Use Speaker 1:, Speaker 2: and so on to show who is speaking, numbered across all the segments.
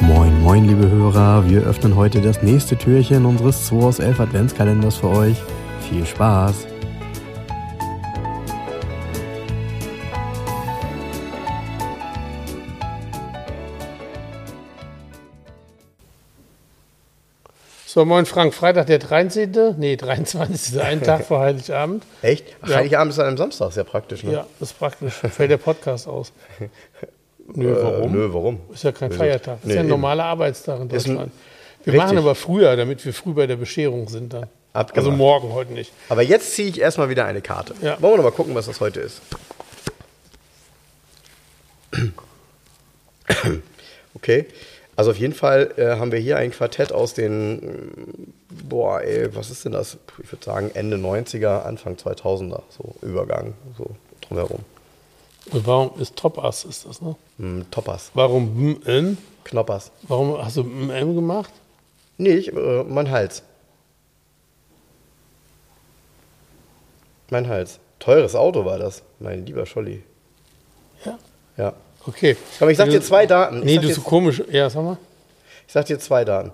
Speaker 1: Moin, moin, liebe Hörer. Wir öffnen heute das nächste Türchen unseres 2 aus 11 Adventskalenders für euch. Viel Spaß!
Speaker 2: So, moin Frank, Freitag der 13., nee, 23., ein Tag vor Heiligabend.
Speaker 3: Echt? Ach,
Speaker 2: Ja.
Speaker 3: Heiligabend ist an einem Samstag, ist ja praktisch, ne?
Speaker 2: Ja, das ist praktisch, fällt der Podcast aus. Nö,
Speaker 3: Äh,
Speaker 2: warum?
Speaker 3: Nö, warum?
Speaker 2: Ist ja kein
Speaker 3: Wieso?
Speaker 2: Feiertag, ist
Speaker 3: Nee,
Speaker 2: ja ein
Speaker 3: eben.
Speaker 2: normaler Arbeitstag in
Speaker 3: Ist ein-
Speaker 2: Deutschland. Wir
Speaker 3: Richtig.
Speaker 2: machen aber früher, damit wir früh bei der Bescherung sind dann.
Speaker 3: Abgemacht.
Speaker 2: Also morgen, heute nicht.
Speaker 3: Aber jetzt ziehe ich erstmal wieder eine Karte.
Speaker 2: Ja.
Speaker 3: Wollen wir noch mal gucken, was das heute ist. Okay. Also auf jeden Fall äh, haben wir hier ein Quartett aus den, mm, boah, ey, was ist denn das? Puh, Ich würde sagen Ende 90er, Anfang 2000er, so Übergang, so drumherum.
Speaker 2: Und warum ist Topass, ist das, ne?
Speaker 3: Hm, Toppers,
Speaker 2: Warum MM?
Speaker 3: Knoppers.
Speaker 2: Warum hast du MM gemacht?
Speaker 3: Nee, ich, äh, mein Hals. Mein Hals. Teures Auto war das, mein lieber Scholli.
Speaker 2: Ja.
Speaker 3: Ja.
Speaker 2: Okay.
Speaker 3: Komm, ich sag dir zwei Daten. Ich
Speaker 2: Nee,
Speaker 3: sag
Speaker 2: du
Speaker 3: dir-
Speaker 2: bist so komisch. Ja, sag mal.
Speaker 3: Ich sag dir zwei Daten.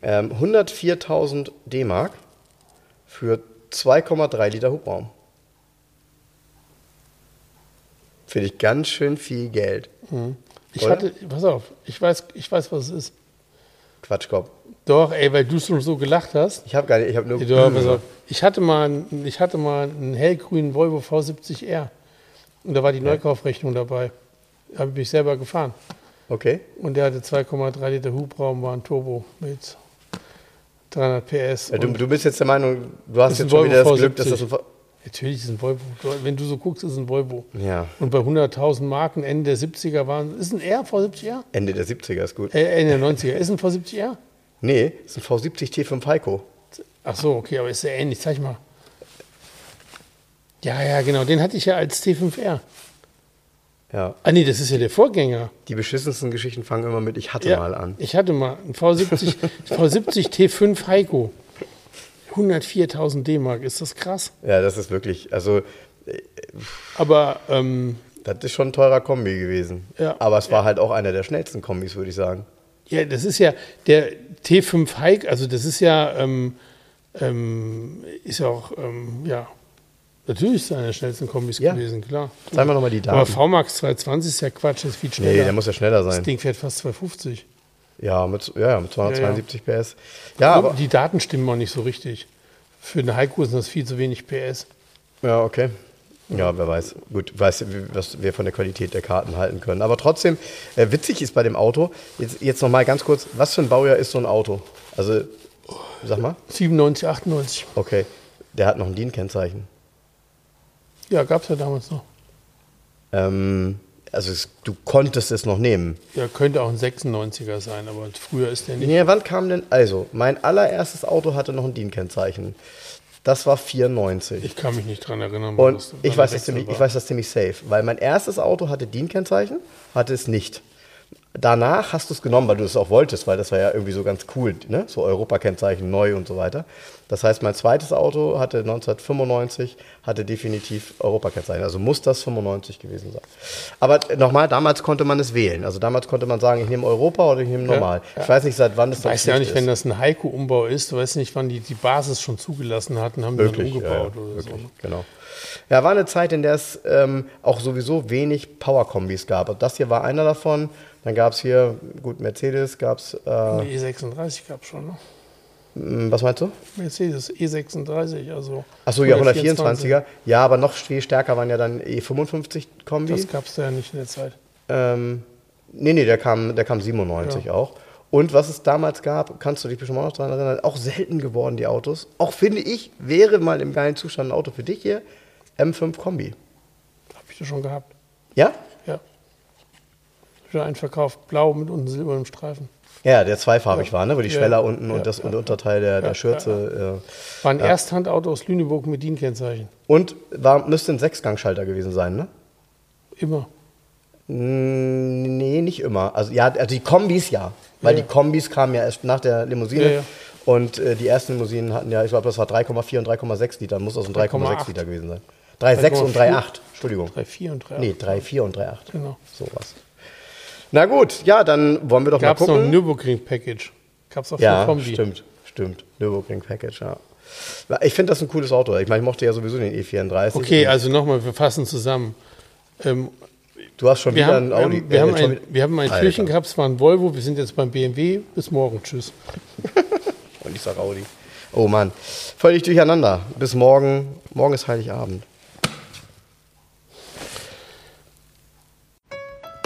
Speaker 3: Ähm, 104.000 D-Mark für 2,3 Liter Hubraum. Finde ich ganz schön viel Geld.
Speaker 2: Ich
Speaker 3: Mhm. Oder?
Speaker 2: hatte, pass auf, ich weiß, ich weiß, was es ist.
Speaker 3: Quatschkopf.
Speaker 2: Doch, ey, weil du schon so gelacht hast.
Speaker 3: Ich habe gar nicht, ich habe nur.
Speaker 2: Du, pass auf, ich, hatte mal, einen- ich hatte mal einen hellgrünen Volvo V70R. Und da war die Neukaufrechnung dabei. Da habe ich mich selber gefahren.
Speaker 3: Okay.
Speaker 2: Und der hatte 2,3 Liter Hubraum, war ein Turbo mit 300 PS.
Speaker 3: Äh, Du,
Speaker 2: Und
Speaker 3: du bist jetzt der Meinung, du hast
Speaker 2: Ist ein
Speaker 3: jetzt schon
Speaker 2: Volvo
Speaker 3: wieder das
Speaker 2: V70.
Speaker 3: Glück, dass das ein. Ver-
Speaker 2: natürlich ist ein Volvo. Wenn du so guckst, ist ein Volvo.
Speaker 3: Ja.
Speaker 2: Und bei 100.000 Marken Ende der 70er waren. Ist ein R V70R?
Speaker 3: Ende der 70er ist gut.
Speaker 2: Äh, Ende der 90er. Ist ein V70R?
Speaker 3: Nee, ist ein V70 T5 Heiko.
Speaker 2: Ach so, okay, aber ist sehr ähnlich. Zeig mal. Ja, ja, genau. Den hatte ich ja als T5R.
Speaker 3: Ja.
Speaker 2: Ah, nee, das ist ja der Vorgänger.
Speaker 3: Die beschissensten Geschichten fangen immer mit Ich hatte
Speaker 2: Ja,
Speaker 3: mal an.
Speaker 2: Ich hatte mal einen V70, V70 T5 Heiko. 104.000 D-Mark, ist das krass?
Speaker 3: Ja, das ist wirklich. Also,
Speaker 2: Aber ähm,
Speaker 3: das ist schon ein teurer Kombi gewesen.
Speaker 2: Ja.
Speaker 3: Aber es war halt auch einer der schnellsten Kombis, würde ich sagen.
Speaker 2: ja, das ist ja der T5 Heiko, also das ist ja, ähm, ähm, ist ja auch, ähm, ja, natürlich ist einer der schnellsten Kombis
Speaker 3: Ja.
Speaker 2: gewesen, klar.
Speaker 3: Sagen wir nochmal die
Speaker 2: Aber
Speaker 3: Daten.
Speaker 2: VMAX 220 ist ja Quatsch, ist viel schneller.
Speaker 3: nee, der muss ja schneller
Speaker 2: das
Speaker 3: sein.
Speaker 2: Ding fährt fast 250.
Speaker 3: Ja, mit, ja, ja, mit 272 PS. Ja,
Speaker 2: Aber
Speaker 3: aber.
Speaker 2: die Daten stimmen auch nicht so richtig. Für eine Heiko sind das viel zu wenig PS.
Speaker 3: Ja, okay. Ja, wer weiß. Gut, weiß, wie- was wir von der Qualität der Karten halten können. Aber trotzdem, äh, witzig ist bei dem Auto, jetzt, jetzt nochmal ganz kurz, was für ein Baujahr ist so ein Auto? Also, sag mal.
Speaker 2: 97, 98.
Speaker 3: Okay, der hat noch ein DIN-Kennzeichen.
Speaker 2: Ja, gab es ja damals noch.
Speaker 3: Ähm, also es, du konntest es noch nehmen.
Speaker 2: Ja, könnte auch ein 96er sein, aber früher ist der nicht.
Speaker 3: Nee, wann kam denn? Also, mein allererstes Auto hatte noch ein DIN-Kennzeichen. Das war 94.
Speaker 2: Ich kann mich nicht dran erinnern. wann
Speaker 3: Und
Speaker 2: das- wann
Speaker 3: ich
Speaker 2: der
Speaker 3: weiß, das
Speaker 2: Wechsel
Speaker 3: ziemlich,
Speaker 2: war.
Speaker 3: ich weiß das ziemlich safe, weil mein erstes Auto hatte DIN-Kennzeichen, hatte es nicht. Danach hast du es genommen, weil du es auch wolltest, weil das war ja irgendwie so ganz cool, ne? so Europa-Kennzeichen neu und so weiter. Das heißt, mein zweites Auto hatte 1995, hatte definitiv Europa-Kennzeichen, also muss das 95 gewesen sein. Aber nochmal, damals konnte man es wählen, also damals konnte man sagen, ich nehme Europa oder ich nehme normal.
Speaker 2: ja.
Speaker 3: Ich weiß nicht, seit wann das
Speaker 2: Weißt ja
Speaker 3: Pflicht
Speaker 2: nicht, wenn das ein Heiko-Umbau ist, du weißt nicht, wann die die Basis schon zugelassen hatten, haben die dann
Speaker 3: Möglich, ja, ja,
Speaker 2: umgebaut oder
Speaker 3: möglich,
Speaker 2: so. ne?
Speaker 3: genau. Ja, war eine Zeit, in der es ähm, auch sowieso wenig Power-Kombis gab. Und das hier war einer davon. Dann gab es hier, gut, Mercedes, gab es, äh,
Speaker 2: Die E36 gab es E schon, ne?
Speaker 3: m, was meinst du?
Speaker 2: Mercedes E36, also.
Speaker 3: Achso, ja, 124er. Ja, aber noch viel stärker waren ja dann eh E55-Kombi.
Speaker 2: Das gab es da ja nicht in der Zeit.
Speaker 3: Ähm, nee, nee, der kam, der kam 97 auch. Und was es damals gab, kannst du dich bestimmt auch noch daran erinnern, auch selten geworden, die Autos. Auch finde ich, wäre mal im geilen Zustand ein Auto für dich hier, M5 Kombi.
Speaker 2: Habe ich das schon gehabt.
Speaker 3: Ja?
Speaker 2: Ja. Ich habe einen verkauft, blau mit unten silbernem Streifen.
Speaker 3: Ja, der zweifarbig
Speaker 2: Ja.
Speaker 3: war, ne? Wo die
Speaker 2: Ja,
Speaker 3: Schweller
Speaker 2: ja.
Speaker 3: unten
Speaker 2: Ja,
Speaker 3: und das
Speaker 2: ja,
Speaker 3: und Unterteil der, der Schürze. äh.
Speaker 2: War ein Ersthandauto aus Lüneburg mit DIN-Kennzeichen.
Speaker 3: Und war, müsste ein Sechsgangschalter gewesen sein, ne?
Speaker 2: Immer.
Speaker 3: Mm, Nee, nicht immer. Also ja, also die Kombis ja. Weil
Speaker 2: Ja.
Speaker 3: die Kombis kamen ja erst nach der Limousine.
Speaker 2: Ja, ja.
Speaker 3: Und äh, die ersten Limousinen hatten ja, ich glaube, das war 3,4 und 3,6 Liter. Muss also ein 3,6 Liter gewesen sein. 3,6 und 3,8. Entschuldigung.
Speaker 2: 3,4 und 3,8.
Speaker 3: Nee, 3,4 und 3,8.
Speaker 2: Genau.
Speaker 3: Sowas. Na gut, ja, dann wollen wir doch
Speaker 2: Gab
Speaker 3: mal
Speaker 2: es noch
Speaker 3: gucken.
Speaker 2: ein Nürburgring-Package? Gab es auch
Speaker 3: Ja,
Speaker 2: für Kombi?
Speaker 3: stimmt, stimmt. Nürburgring Package, ja. Na, Ich finde das ein cooles Auto. Ich meine, ich mochte ja sowieso den E E34.
Speaker 2: Okay, also nochmal, wir fassen zusammen. Ähm,
Speaker 3: du hast schon
Speaker 2: wir,
Speaker 3: wieder
Speaker 2: haben,
Speaker 3: einen
Speaker 2: wir,
Speaker 3: Audi.
Speaker 2: haben, wir,
Speaker 3: äh,
Speaker 2: haben
Speaker 3: schon
Speaker 2: ein,
Speaker 3: wieder-
Speaker 2: wir haben ein
Speaker 3: Alter.
Speaker 2: Türchen gehabt, es war ein Volvo, wir sind jetzt beim BMW. Bis morgen, tschüss.
Speaker 3: Und ich sag Audi. Oh Mann. Völlig durcheinander. Bis morgen. Morgen ist Heiligabend.